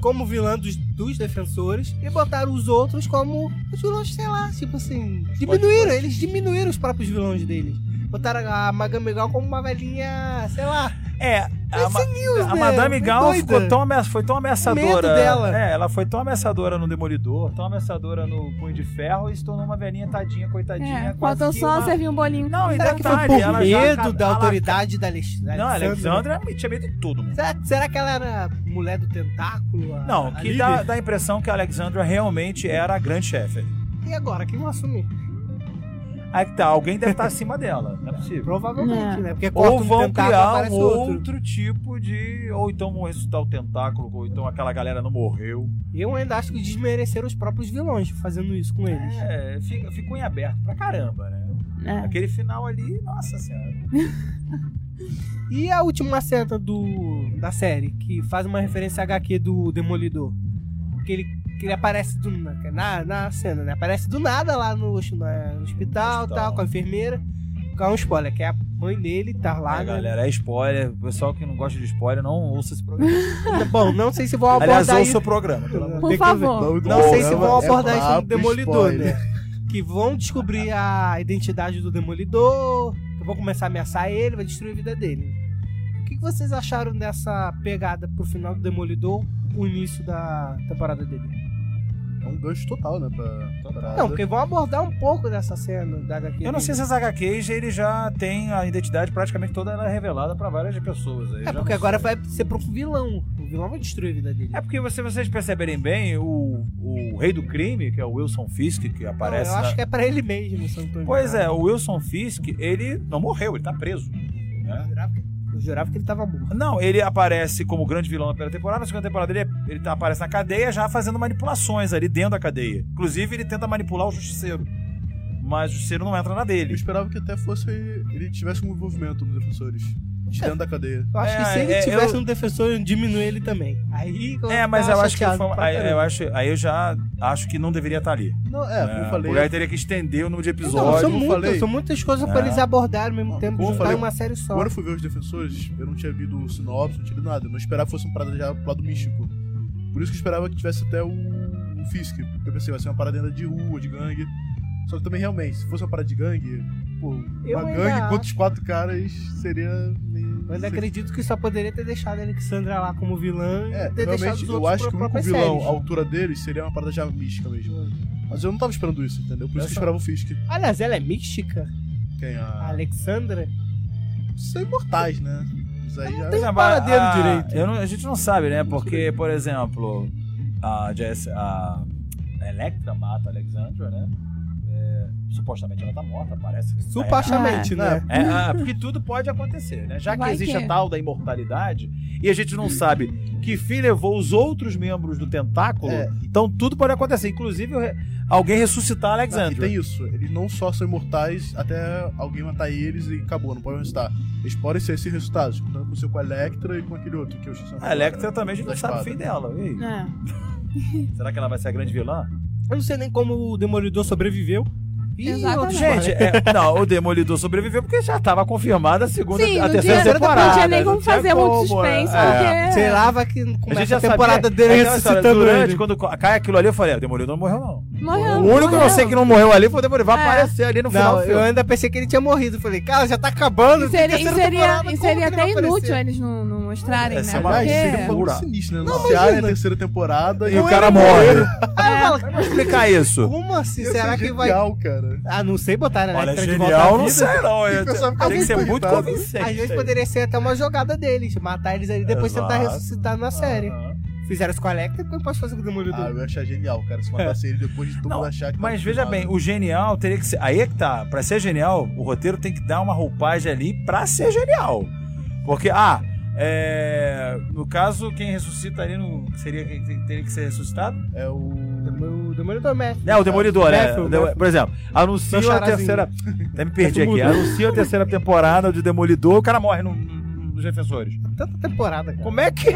S1: como vilã dos, dos defensores e botaram os outros como os vilões, sei lá, tipo assim. Diminuíram, eles diminuíram os próprios vilões deles. Botaram a Madame Gal como uma velhinha, sei lá.
S5: É, a,
S1: Mas
S5: Ma-
S1: News,
S5: a Madame Gal
S1: é, doida.
S5: ficou tão ameaça, foi tão ameaçadora.
S1: medo dela.
S5: É, ela foi tão ameaçadora no Demolidor, tão ameaçadora no Punho de Ferro e se tornou uma velhinha tadinha, coitadinha.
S2: é.
S5: quase
S2: Faltou
S5: que
S2: só
S5: uma-
S2: servir um bolinho.
S5: Não, e
S1: Será que foi
S5: detalhe,
S1: por
S5: ela já
S1: medo
S5: acaba-
S1: da
S5: ela-
S1: autoridade da né? Alex- da
S5: Não, a
S1: Alexandra?
S5: Alexandra tinha medo de todo mundo.
S1: Será, será que ela era mulher do tentáculo? a-
S5: Não,
S1: a
S5: que
S1: líder?
S5: dá, dá a impressão que a Alexandra realmente era a grande chefe. ali.
S1: E agora, quem vai assumir?
S5: Aí que tá, alguém deve estar acima dela, não é possível.
S1: Provavelmente, né? Porque corta
S5: Ou
S1: um
S5: vão
S1: tentáculo,
S5: criar
S1: aparece
S5: um outro. tipo de. Ou então vão ressuscitar o tentáculo, ou então aquela galera não morreu.
S1: Eu ainda acho que desmereceram os próprios vilões fazendo isso com eles.
S5: É, fica, ficou em aberto pra caramba, né?
S2: É.
S5: Aquele final ali, nossa senhora.
S1: E a última cena do, da série, que faz uma referência à HQ do Demolidor. Que ele, que ele aparece do, na- na, na cena, né? Aparece do nada lá no, hos- na- no hospital,
S5: Hospital.
S1: tal, com a enfermeira. Com um spoiler, que é a mãe dele tá lá.
S5: é,
S1: né?
S5: galera, é spoiler. O pessoal que não gosta de spoiler, não ouça esse programa.
S1: Bom, não sei se vão abordar
S5: Aliás, ouça
S1: isso.
S5: o programa, pelo amor
S1: Tem
S5: de
S2: Por
S1: que ver.
S2: favor.
S4: Não,
S1: Não sei se vão
S4: é
S1: abordar isso no
S4: papo,
S1: Demolidor,
S4: spoiler.
S1: né? Que vão descobrir a identidade do Demolidor, que vão começar a ameaçar ele, vai destruir a vida dele. O que que vocês acharam dessa pegada pro final do Demolidor, o início da temporada dele?
S4: É um gancho total, né? Pra, pra
S1: Não, porque vão abordar um pouco dessa cena da HQ.
S5: Eu não sei se as HQs ele já tem a identidade praticamente toda ela é revelada pra várias pessoas. aí eu
S1: É
S5: já
S1: porque
S5: não
S1: agora
S5: sei.
S1: vai ser pro vilão. O vilão vai destruir a vida dele.
S5: É porque se vocês perceberem bem, o, o rei do crime, que é o Wilson Fisk, que
S1: Não,
S5: aparece.
S1: eu
S5: na-
S1: acho que é pra ele mesmo, se eu não tô
S5: né? Pois é,
S1: enganado.
S5: o Wilson Fisk, ele não morreu, ele tá preso.
S1: Eu
S5: né?
S1: jurava, que- eu jurava que ele tava morto.
S5: Não, ele aparece como grande vilão na primeira temporada, na segunda temporada ele, ele tá- aparece na cadeia já fazendo manipulações ali dentro da cadeia. Inclusive, ele tenta manipular o justiceiro. Mas o justiceiro não entra na
S4: Eu
S5: dele.
S4: esperava que até fosse. Ele tivesse um envolvimento nos defensores. De dentro da cadeia.
S1: Eu acho
S5: É,
S1: que se ele
S5: é,
S1: tivesse
S5: eu-
S1: um defensor, eu diminuí ele também. Aí
S5: É, mas
S1: tava
S5: eu acho que
S1: chateado
S5: foi uma-
S1: pra
S5: aí,
S1: caramba.
S5: eu acho, aí eu já acho que não deveria estar ali.
S4: Não, é, como eu falei.
S5: Porque aí teria que estender o número de
S1: Então, são,
S5: episódios.
S4: como eu
S1: muitas,
S4: falei-
S1: são muitas coisas pra
S5: É.
S1: eles abordarem ao mesmo tempo,
S4: Como eu
S1: juntar em
S4: falei-
S1: uma série só.
S4: Quando eu fui ver os defensores, eu não tinha lido o sinopse, não tinha lido nada. Eu não esperava que fosse uma parada já pro lado místico. Por isso que eu esperava que tivesse até o, o Fisk. Porque eu pensei, vai ser uma parada ainda de rua, de gangue. Só que também, realmente, se fosse uma parada de gangue, pô,
S1: Eu
S4: uma
S1: ainda
S4: gangue
S1: acho.
S4: contra os quatro caras seria meio.
S1: Eu ainda
S4: sei.
S1: acredito que só poderia ter deixado a Alexandra lá como vilã
S4: É,
S1: e ter deixado
S4: realmente,
S1: os
S4: eu
S1: outros
S4: acho que
S1: pra
S4: o único
S1: próprias
S4: vilão,
S1: séries.
S4: a altura dele, seria uma parada já mística mesmo. Mas eu não tava esperando isso, entendeu? Por isso que eu esperava o Fisk.
S1: Aliás, ela é mística,
S4: Quem?
S1: a
S4: A...
S1: Alexandra.
S4: São imortais, né? Isso aí já.
S1: tem
S5: Mas,
S1: paradeiro
S5: ah,
S1: direito.
S5: eu não- a gente não sabe, né? Porque, por exemplo, a, Jess, a Electra mata a Alexandra, né? É, supostamente ela tá morta, parece. que tá
S1: Supostamente, né?
S5: É, ah, porque tudo pode acontecer, né? Já que
S2: Vai
S5: existe
S2: que- Hum.
S5: a tal da imortalidade e a gente não sabe que fim levou os outros membros do tentáculo,
S4: É.
S5: então tudo pode acontecer. Inclusive re- alguém ressuscitar
S4: Não, e
S5: Alexandre.
S4: tem é isso, eles não só são imortais até alguém matar eles e acabou, não podem ressuscitar. Eles podem ser esses resultados, contando com o seu com a Electra e com aquele outro que eu esqueci. o nome
S5: A Electra
S4: agora,
S5: também a gente
S4: da
S5: não sabe o fim
S4: espada.
S5: dela. E aí?
S2: É.
S5: Será que ela vai ser a grande vilã?
S1: Eu não sei nem como o Demolidor sobreviveu. Ih,
S2: Exatamente.
S1: outro spoiler.
S5: Gente, é, não, o Demolidor sobreviveu porque já estava confirmada a segunda,
S2: Sim,
S5: a
S2: não
S5: terceira
S2: tinha,
S5: temporada.
S2: não tinha nem como
S5: não tinha
S2: fazer
S5: como,
S2: muito suspense,
S5: é.
S2: porque...
S1: Sei lá, vai que
S5: A gente
S1: começa
S5: já
S1: a temporada
S5: sabia.
S1: dele
S5: Aquela história,
S1: ressuscitando
S5: durante,
S1: ele.
S5: quando co- cai aquilo ali, eu falei, "Ah, o Demolidor não morreu, não.
S2: Morreu,
S5: o único que eu sei que não morreu ali foi o Demolidor. Vai
S2: É.
S5: aparecer ali no final
S1: Não,
S5: do filme.
S1: eu ainda pensei que ele tinha morrido. Falei, cara, já tá acabando.
S2: E seria,
S1: tem terceira
S2: e seria,
S1: temporada,
S2: e
S1: como que
S2: seria
S1: ele vai
S2: até
S1: aparecer?
S2: inútil eles não, não mostrarem,
S5: Essa
S2: né?
S5: é uma-
S4: Aliás,
S5: Porque-
S4: seria um bagulho sinistro, né?
S1: Não,
S4: Anunciarem a
S1: imagina.
S4: terceira temporada
S5: E o
S1: Não, é?
S5: cara
S1: ele
S5: morre.
S1: morreu. Aí
S2: É.
S1: eu falo,
S5: Vamos explicar isso.
S1: como assim?
S4: Ia
S1: Será
S4: ser
S1: que vai
S4: genial, cara.
S1: Ah, não sei botar a
S5: Olha,
S1: Electra de volta à
S5: genial, não
S1: vida.
S5: sei é não. Eu,
S4: Fica só
S5: tem que ser
S4: ficando
S5: muito
S4: irritado.
S5: convincente.
S1: Às vezes
S5: isso aí.
S1: poderia ser até uma jogada deles, matar eles ali e depois
S5: Exato. Ah.
S1: tentar ressuscitar na série.
S5: Aham.
S1: Fizeram isso com a Electra, depois pode fazer com o
S4: Ah,
S1: Demolidor.
S4: eu ia achar genial, cara, se matasse ele depois de todo
S5: É. Não,
S4: mundo achar que tá tava
S5: Mas veja bem,
S4: filmado.
S5: o genial teria que ser. Aí é que tá. Pra ser genial, o roteiro tem que dar uma roupagem ali pra ser genial. Porque, ah, é, no caso, quem ressuscita ali no. Seria quem te- teria que ser ressuscitado?
S4: É o.
S1: Demo- O Demolidor mestre.
S5: É, o Demolidor, né?
S1: Matthew,
S5: O Demo-
S1: Matthew.
S5: Por exemplo,
S1: Meu
S5: anuncia a
S1: charazinho.
S5: terceira. Até me perdi
S1: Matthew
S5: aqui.
S1: mudou.
S5: Anuncia a terceira temporada de Demolidor, o cara morre no- no- nos defensores.
S1: Tanta temporada, cara.
S5: Como é que.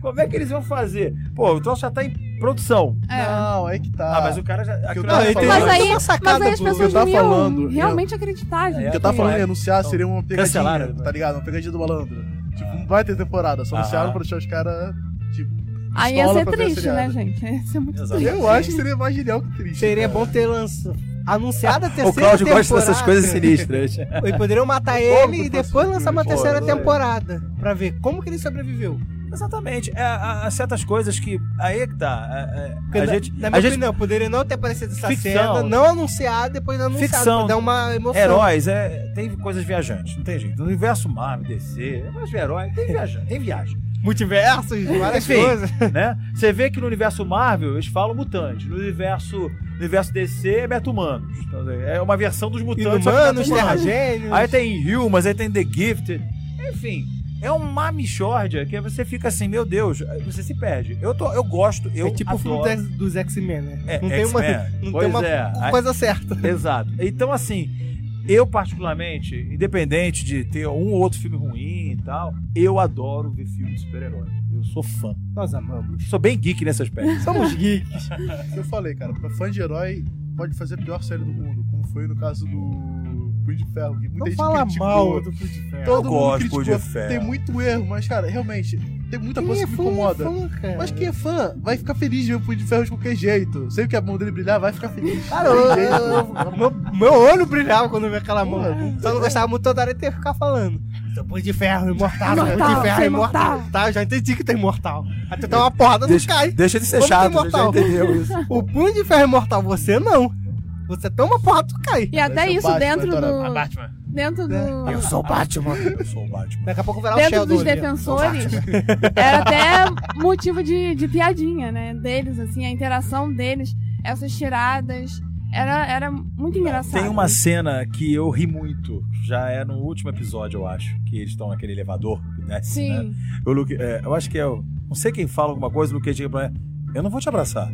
S5: Como é que eles iam fazer? Pô, o troço já tá em produção.
S2: É.
S4: Não, aí que tá.
S5: Ah, mas o cara já. aquilo
S4: tava
S5: já
S4: falando-
S5: tá-
S2: Mas aí,
S1: uma
S2: mas
S1: sacada
S2: aí as
S1: boa.
S2: pessoas
S4: Eu tava
S2: não iam
S4: falando,
S2: realmente acreditar, gente.
S5: É,
S4: O que eu tava
S5: Então,
S4: falando em anunciar
S5: então,
S4: seria uma pegadinha,
S5: cancelaram.
S1: né?
S4: tá ligado? Uma pegadinha do malandro. Tipo,
S5: Ah.
S4: não vai ter temporada, só anunciaram
S1: Ah.
S5: Aham.
S4: pra deixar os caras, tipo,
S2: Aí ia
S4: pistola
S2: ser
S4: pra ver a
S2: triste, né,
S4: seriada.
S2: gente? Ia ser muito
S5: Exato.
S2: triste.
S4: Eu acho que seria mais genial que triste.
S1: Seria
S4: cara.
S1: bom ter lançado. Anunciada a terceira
S5: Ah, O Cláudio
S1: temporada.
S5: gosta dessas coisas sinistras.
S1: E poderiam matar
S4: Eu amo
S1: ele e
S4: que faça
S1: depois
S4: isso,
S1: lançar uma
S4: pô,
S1: terceira
S4: eu sei.
S1: temporada. Pra ver como que ele sobreviveu.
S5: Exatamente. É, há, há certas coisas que. Aí que tá. É, é,
S1: Porque
S5: a
S1: na,
S5: gente.
S1: na
S5: a
S1: minha
S5: gente
S1: opinião, poderia não ter aparecido essa
S5: Ficção.
S1: cena, não anunciar, depois não anunciar,
S5: Ficção.
S1: pra dar uma emoção.
S5: heróis, é, tem coisas viajantes, não tem jeito. No universo Marvel, DC, mas de herói, tem viajante, tem viagem.
S1: Multiversos, várias
S5: Enfim.
S1: coisas.
S5: né? Você vê que no universo Marvel eles falam mutantes. No universo, no universo DC é meta-humanos. Então, É uma versão dos mutantes. só que
S1: Inumanos,
S5: meta-humanos.
S1: terragênios.
S5: Aí tem Humans, aí tem The Gifted. Enfim, é uma michórdia que você fica assim, meu Deus, você se perde. Eu, tô, eu gosto, eu
S1: é tipo o
S5: adoro.
S1: filme das- dos X-Men, né?
S5: É,
S1: não tem uma,
S5: X-Men.
S1: não
S5: Pois
S1: tem uma
S5: é. Aí-
S1: coisa certa.
S5: Exato. Então, assim, Eu, particularmente, independente de ter um ou outro filme ruim e tal, eu adoro ver filme de super-herói. Eu sou fã.
S1: Nós amamos.
S5: Sou bem geek nesse aspecto.
S1: Somos geeks.
S4: que eu falei, cara, pra fã de herói pode fazer a pior série do mundo, como foi no caso do Punho de Ferro, que muita
S1: Não
S4: gente
S1: fala
S4: criticou.
S1: mal do Punho de Ferro.
S4: Todo
S5: Eu
S4: mundo
S5: gosto
S4: criticou.
S5: de Punho de Ferro.
S4: Tem muito erro, mas, cara, realmente, tem muita
S1: Quem
S4: coisa
S1: é
S4: que me
S1: fã,
S4: incomoda.
S1: é fã, cara.
S4: Mas quem é fã vai ficar feliz de ver o Punho de Ferro de qualquer jeito. Sei que a mão dele brilhar, vai ficar feliz.
S1: Cara, eu, eu- eu- meu, meu olho brilhava quando eu vi aquela mão.
S4: Porra.
S1: Só não gostava muito toda hora de ter que ficar falando. Seu punho de ferro, imortal, seu punho de
S2: Imortal,
S1: ferro,
S2: sou
S1: imortal.
S2: imortal.
S1: Tá, eu já entendi que tem imortal. Até dar uma porrada, não
S5: Deixa,
S1: cai.
S5: deixa de ser
S1: Como tem
S5: chato, você já
S1: mortal?
S5: entendeu isso.
S1: O punho de ferro é imortal, você não. Você toma porrada, tu cai.
S2: E até
S4: Parece o
S2: isso
S4: Batman,
S2: dentro
S4: Dora-
S6: A
S2: do.
S6: Batman.
S2: Dentro do.
S1: Eu sou o Batman.
S5: Eu sou o Batman.
S1: Daqui a pouco vai lá o
S2: Dentro
S1: Sheldon.
S2: dos
S1: ali.
S2: defensores, era até motivo de, de piadinha, né? Deles, assim, a interação deles, essas tiradas. Era, era muito engraçado.
S5: Tem uma cena que eu ri muito. Já é no último episódio, eu acho. Que eles estão naquele elevador. que desce, né?
S2: Sim.
S5: O Luke, é, eu acho que é. o- Não sei quem fala alguma coisa, o Luke Cage chega pra mim. Eu não vou te abraçar.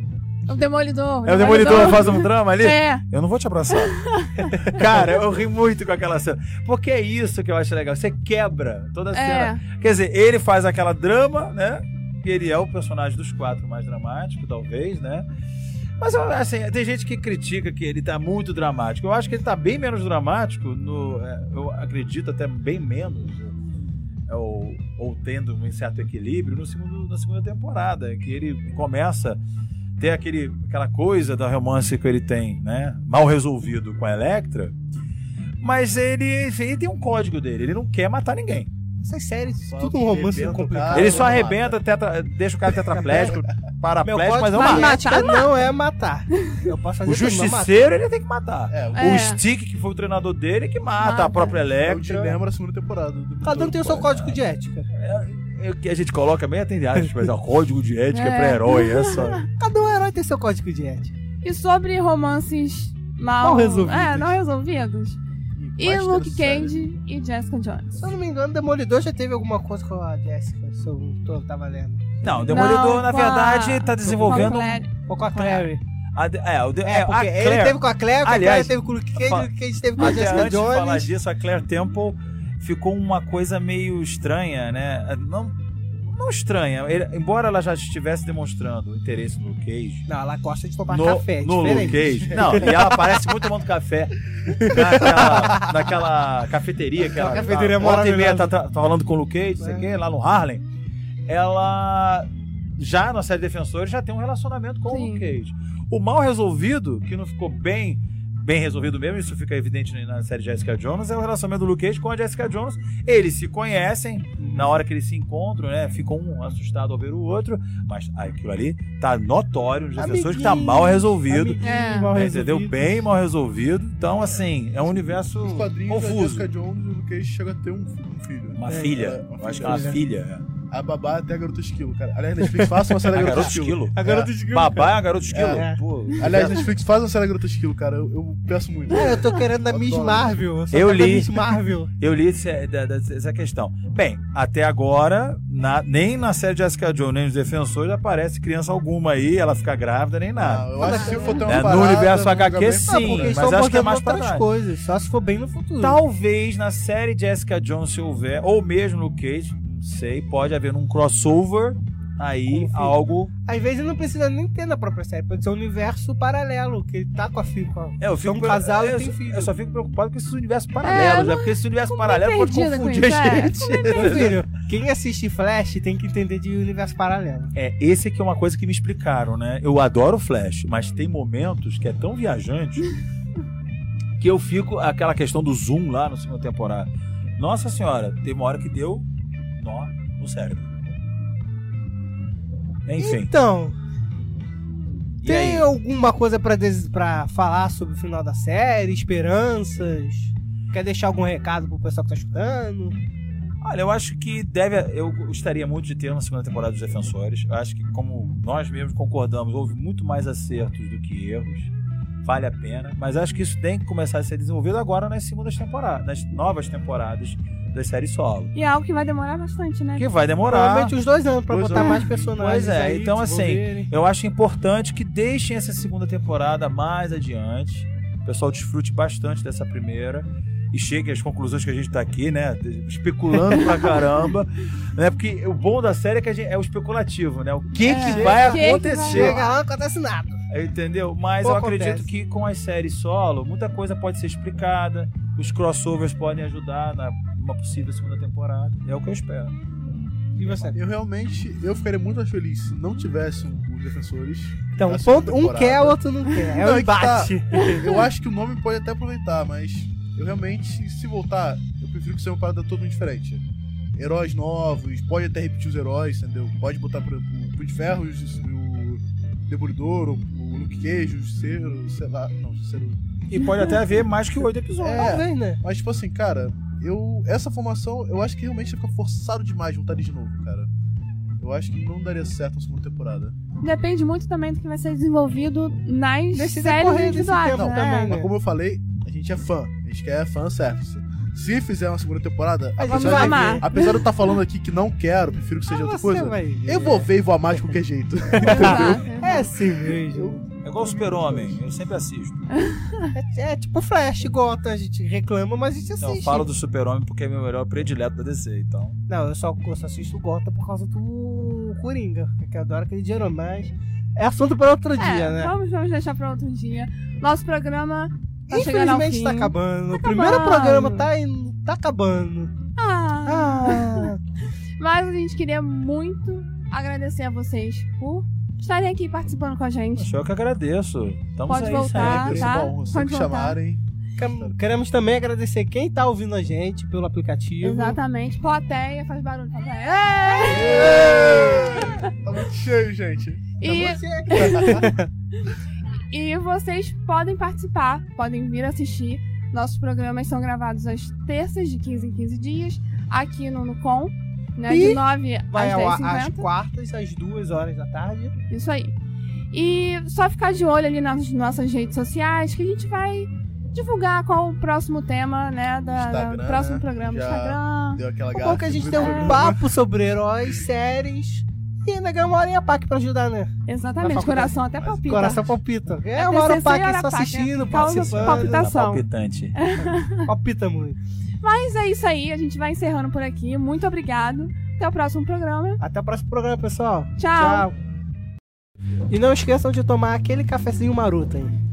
S2: O Demolidor.
S5: É o Demolidor faz um drama ali?
S2: É.
S5: Eu não vou te abraçar. Cara, eu ri muito com aquela cena. Porque é isso que eu acho legal. Você quebra toda a
S2: É,
S5: cena. Quer dizer, ele faz aquela drama, né? Que ele é o personagem dos quatro mais dramático, talvez, né? Mas eu, assim, tem gente que critica que ele tá muito dramático. Eu acho que ele tá bem menos dramático, no, é, eu acredito até bem menos, é, ou, ou tendo um certo equilíbrio no segundo, na segunda temporada, que ele começa a ter aquele, aquela coisa da romance que ele tem, né? Mal resolvido com a Electra. Mas ele, enfim, ele tem um código dele, ele não quer matar ninguém.
S1: Essas séries,
S4: Só
S1: tudo um romance
S4: arrebenta o
S1: complicado.
S4: cara.
S5: Ele só
S4: não mata.
S5: arrebenta, tetra- deixa o cara tetraplégico, paraplégico, mas não
S1: Mas
S5: mata.
S1: matar não é matar. Eu posso fazer
S5: O
S1: tudo, não mato.
S5: justiceiro ele tem que matar.
S4: É, o
S2: É.
S5: O Stick, que foi o treinador dele, que mata,
S2: Mata.
S5: a própria
S4: é o
S5: Electra.
S4: dilema da segunda temporada. do
S1: Cada um tem o seu
S4: Pô,
S1: código de ética.
S5: É o que a gente coloca bem atendente, mas é o código de ética
S2: É.
S5: pra herói, é só.
S1: Cada um herói tem seu código de ética.
S2: E sobre romances mal,
S1: Mal resolvidos.
S2: É, não resolvidos. E
S4: mais
S2: Luke
S4: terceiro.
S2: Cage e Jessica Jones.
S1: Se eu não me engano, Demolidor já teve alguma coisa com a Jessica, se eu não tô, tava lendo.
S5: Não, o Demolidor,
S2: Não,
S5: na
S2: com a-
S5: verdade, tá desenvolvendo.
S2: com a Claire.
S1: Ou com a Clary.
S5: a de- é, o de- Tá. é,
S1: É,
S5: a
S1: porque
S5: Claire,
S1: ele teve com a Claire, com a Claire
S5: Aliás,
S1: teve com o Luke
S5: fa-
S1: Cage, o Luke Cage teve com a
S5: Até
S1: Jessica
S5: antes de falar
S1: Jones.
S5: disso, a Claire Temple ficou uma coisa meio estranha, né? Não, não estranha. Ele- embora ela já estivesse demonstrando interesse no Cage.
S1: Não, ela gosta de tomar
S5: no,
S1: café, é
S5: no Luke
S1: diferente.
S5: Cage. Não, e ela aparece muito tomando café naquela, naquela cafeteria que ela.
S1: Aquela cafeteria é
S5: tá, volta e meia
S1: maravilhosa.
S5: tá, tá, tá rolando com o Luke Cage, não sei o quê, lá no Harlem. Ela já na série Defensores já tem um relacionamento com o
S2: Sim.
S5: Luke Cage. O mal resolvido, que não ficou bem bem resolvido mesmo, isso fica evidente na série Jessica Jones, é o relacionamento do Luke Cage com a Jessica Jones. Eles se conhecem, na hora que eles se encontram, né? Fica um assustado ao ver o outro, mas aquilo ali tá notório nos defensores que tá
S1: Amiguinhos,
S5: mal resolvido.
S1: Amiguinho,
S2: É.
S1: mal
S5: né,
S1: resolvido.
S5: Entendeu? Bem mal resolvido. Então, assim, é um universo
S4: Nos quadrinhos, a
S5: confuso.
S4: Jessica Jones e o Luke Cage chega a ter um fi- um filho.
S5: Uma
S4: É,
S5: filha.
S4: é, uma
S5: Eu acho que é
S4: filha.
S5: uma filha.
S4: A babá até a garota esquilo, cara. Aliás, Netflix faça uma
S5: A
S4: série da garota
S5: garota
S4: esquilo.
S5: esquilo.
S1: A garota de
S5: Babá é a garota esquilo. É,
S1: É.
S5: Pô,
S4: Aliás, Netflix faz uma série da garota esquilo, cara. Eu, eu peço muito.
S1: Cara, É, eu tô querendo da Miss
S4: Adoro.
S1: Marvel. só quero
S5: Eu
S1: da
S5: li.
S1: Miss Marvel.
S5: Eu li esse- é, da- da- essa questão. Bem, até agora, na- nem na série Jessica Jones, nem nos Defensores aparece criança alguma aí, ela fica grávida, nem
S4: Ah,
S5: nada.
S4: eu acho que se for ter uma
S5: É, no
S4: parada, um tá
S5: universo
S4: num lugar
S5: HQ,
S4: bem-
S5: sim.
S1: Ah, porque eles
S5: mas
S1: estão
S5: acho que é
S1: abordando
S5: mais pra
S1: outras
S5: trás. Tá
S1: coisas, só se for bem no futuro.
S5: Talvez na série Jessica Jones, se houver, ou mesmo no Cage, não sei, pode haver um crossover aí,
S1: Confio.
S5: algo.
S1: Às vezes não precisa nem ter na própria série, pode ser um universo paralelo, que ele tá com a filha. com a-
S5: É, eu fico
S1: São um
S5: pre-
S1: casal e
S5: eu,
S1: tem
S5: só-
S1: filho.
S5: eu só fico preocupado com esses universos
S2: É,
S5: paralelos,
S2: eu
S5: né?
S2: não-
S5: Porque esse universo
S2: fico
S5: paralelo pode
S2: perdida com
S5: confundir
S2: isso,
S5: a
S2: é.
S5: gente.
S1: Meu filho, quem assiste Flash tem que entender de universo paralelo.
S5: É, esse aqui é uma coisa que me explicaram, né? Eu adoro o Flash, mas tem momentos que é tão viajante que eu fico aquela questão do zoom lá na segunda temporada. Nossa senhora, tem uma hora que deu nó no cérebro. Enfim.
S1: Então,
S5: e
S1: tem
S5: aí?
S1: alguma coisa pra, des- pra falar sobre o final da série? Esperanças? Quer deixar algum recado pro pessoal que tá escutando?
S5: Olha, eu acho que deve. Eu gostaria muito de ter uma segunda temporada dos Defensores. Eu acho que, como nós mesmos concordamos, houve muito mais acertos do que erros. Vale a pena. Mas acho que isso tem que começar a ser desenvolvido agora nas segundas temporadas, nas novas temporadas das séries solo.
S2: E é algo que vai demorar bastante, né?
S5: Que vai demorar.
S1: Provavelmente uns dois anos pra
S5: Dois
S1: botar
S5: anos.
S1: mais personagens.
S5: Pois é,
S1: aí,
S5: então, assim,
S1: desenvolverem.
S5: Eu acho importante que deixem essa segunda temporada mais adiante. O pessoal desfrute bastante dessa primeira e chegue às conclusões que a gente tá aqui, né? Especulando pra caramba. Né? Porque o bom da série é que a gente, é o especulativo, né? O que,
S2: É.
S5: que vai
S2: O que que vai
S5: acontecer?
S1: Chega lá, não acontece nada.
S5: Entendeu? Mas
S1: Ou
S5: eu
S1: acontece.
S5: acredito que com as séries solo, muita coisa pode ser explicada. Os crossovers podem ajudar na uma possível segunda temporada. É o que eu espero.
S1: E você?
S4: Eu realmente eu ficaria muito mais feliz se não tivesse os defensores.
S1: Então, um,
S4: Essa
S1: ponto- um
S4: temporada.
S1: quer, o outro não quer. É
S4: Não,
S1: um
S4: é que tá.
S1: embate.
S4: Eu acho que o nome pode até aproveitar, mas eu realmente, se voltar, eu prefiro que seja uma parada totalmente diferente. Heróis novos, pode até repetir os heróis, entendeu? Pode botar pro, pro, pro de Ferro, os- o Demolidor, o, o Luke Cage, o Cero, sei lá. Não, Cero.
S5: E pode até haver mais que oito episódios.
S4: É.
S1: Talvez, né?
S4: Mas, tipo assim, cara, eu. Essa formação, eu acho que realmente fica forçado demais juntar eles de novo, cara. Eu acho que não daria certo na segunda temporada.
S2: Depende muito também do que vai ser desenvolvido nas
S1: Deixa
S2: séries
S1: decorrer desse
S2: individuais,
S1: tempo
S2: né?
S1: também, né?
S4: Mas como eu falei, a gente é fã. A gente quer fanservice. Se fizer uma segunda temporada,
S1: A gente
S4: apesar,
S1: vai
S4: de,
S2: amar.
S4: apesar de eu estar falando aqui que não quero, prefiro que seja
S1: Ah,
S4: outra
S1: você
S4: coisa,
S1: vai ver.
S4: eu vou ver e vou amar de qualquer jeito.
S2: Exato.
S1: É assim mesmo.
S5: É igual o Super-Homem, eu sempre assisto.
S1: É, é tipo Flash, Gotham, a gente reclama, mas a gente
S5: Não, eu
S1: assiste.
S5: falo do Super-Homem porque é meu melhor predileto da DC, então.
S1: Não, eu só, eu só assisto Gotham por causa do Coringa, que eu adoro aquele dinheiro, mas é assunto para outro dia,
S2: É,
S1: né?
S2: vamos, vamos deixar pra outro dia. Nosso programa tá chegando ao
S1: Infelizmente
S2: fim.
S1: tá acabando. o primeiro
S2: acabando.
S1: programa tá, indo- tá acabando. Ah,
S2: Ah, Mas a gente queria muito agradecer a vocês por estarem aqui participando com a gente.
S5: Acho eu que agradeço. Estamos
S2: Pode
S5: aí,
S2: voltar,
S5: sempre.
S2: tá?
S4: Bom, se
S2: Pode
S4: me
S2: voltar.
S4: chamarem.
S1: quer- queremos também agradecer quem tá ouvindo a gente pelo aplicativo.
S2: Exatamente. Plateia, faz barulho. Plateia. Ei!
S4: Tá muito cheio, gente.
S2: E
S1: Pra você
S2: E vocês podem participar, podem vir assistir. Nossos programas são gravados às terças, de 15 em 15 dias, aqui no Nucom, né?
S1: E
S2: de 9
S1: Vai
S2: às
S1: ao,
S2: 10h50.
S1: às quartas, às duas horas da tarde.
S2: Isso aí. E só ficar de olho ali nas nossas redes sociais, que a gente vai divulgar qual o próximo tema, né? Da, da- do
S4: Instagram,
S2: próximo
S4: né?
S2: programa.
S4: Já-
S2: Instagram.
S4: Deu aquela
S1: É
S4: garra.
S1: bom que a gente tem um papo sobre heróis, séries. E ainda ganha uma horinha PAC pra ajudar, né?
S2: Exatamente,
S1: faculdade.
S2: coração até palpita.
S1: Coração palpita. É
S2: É
S1: uma hora
S2: TCC
S1: PAC
S2: hora
S1: só
S2: PAC, né?
S1: assistindo,
S2: Causa
S1: participando.
S5: Tá
S2: palpitação.
S5: palpitante.
S1: Palpita muito.
S2: Mas é isso aí, a gente vai encerrando por aqui. Muito obrigado. Até o próximo programa.
S1: Até o próximo programa, pessoal. Tchau.
S2: Tchau.
S1: E não esqueçam de tomar aquele cafezinho maroto, hein?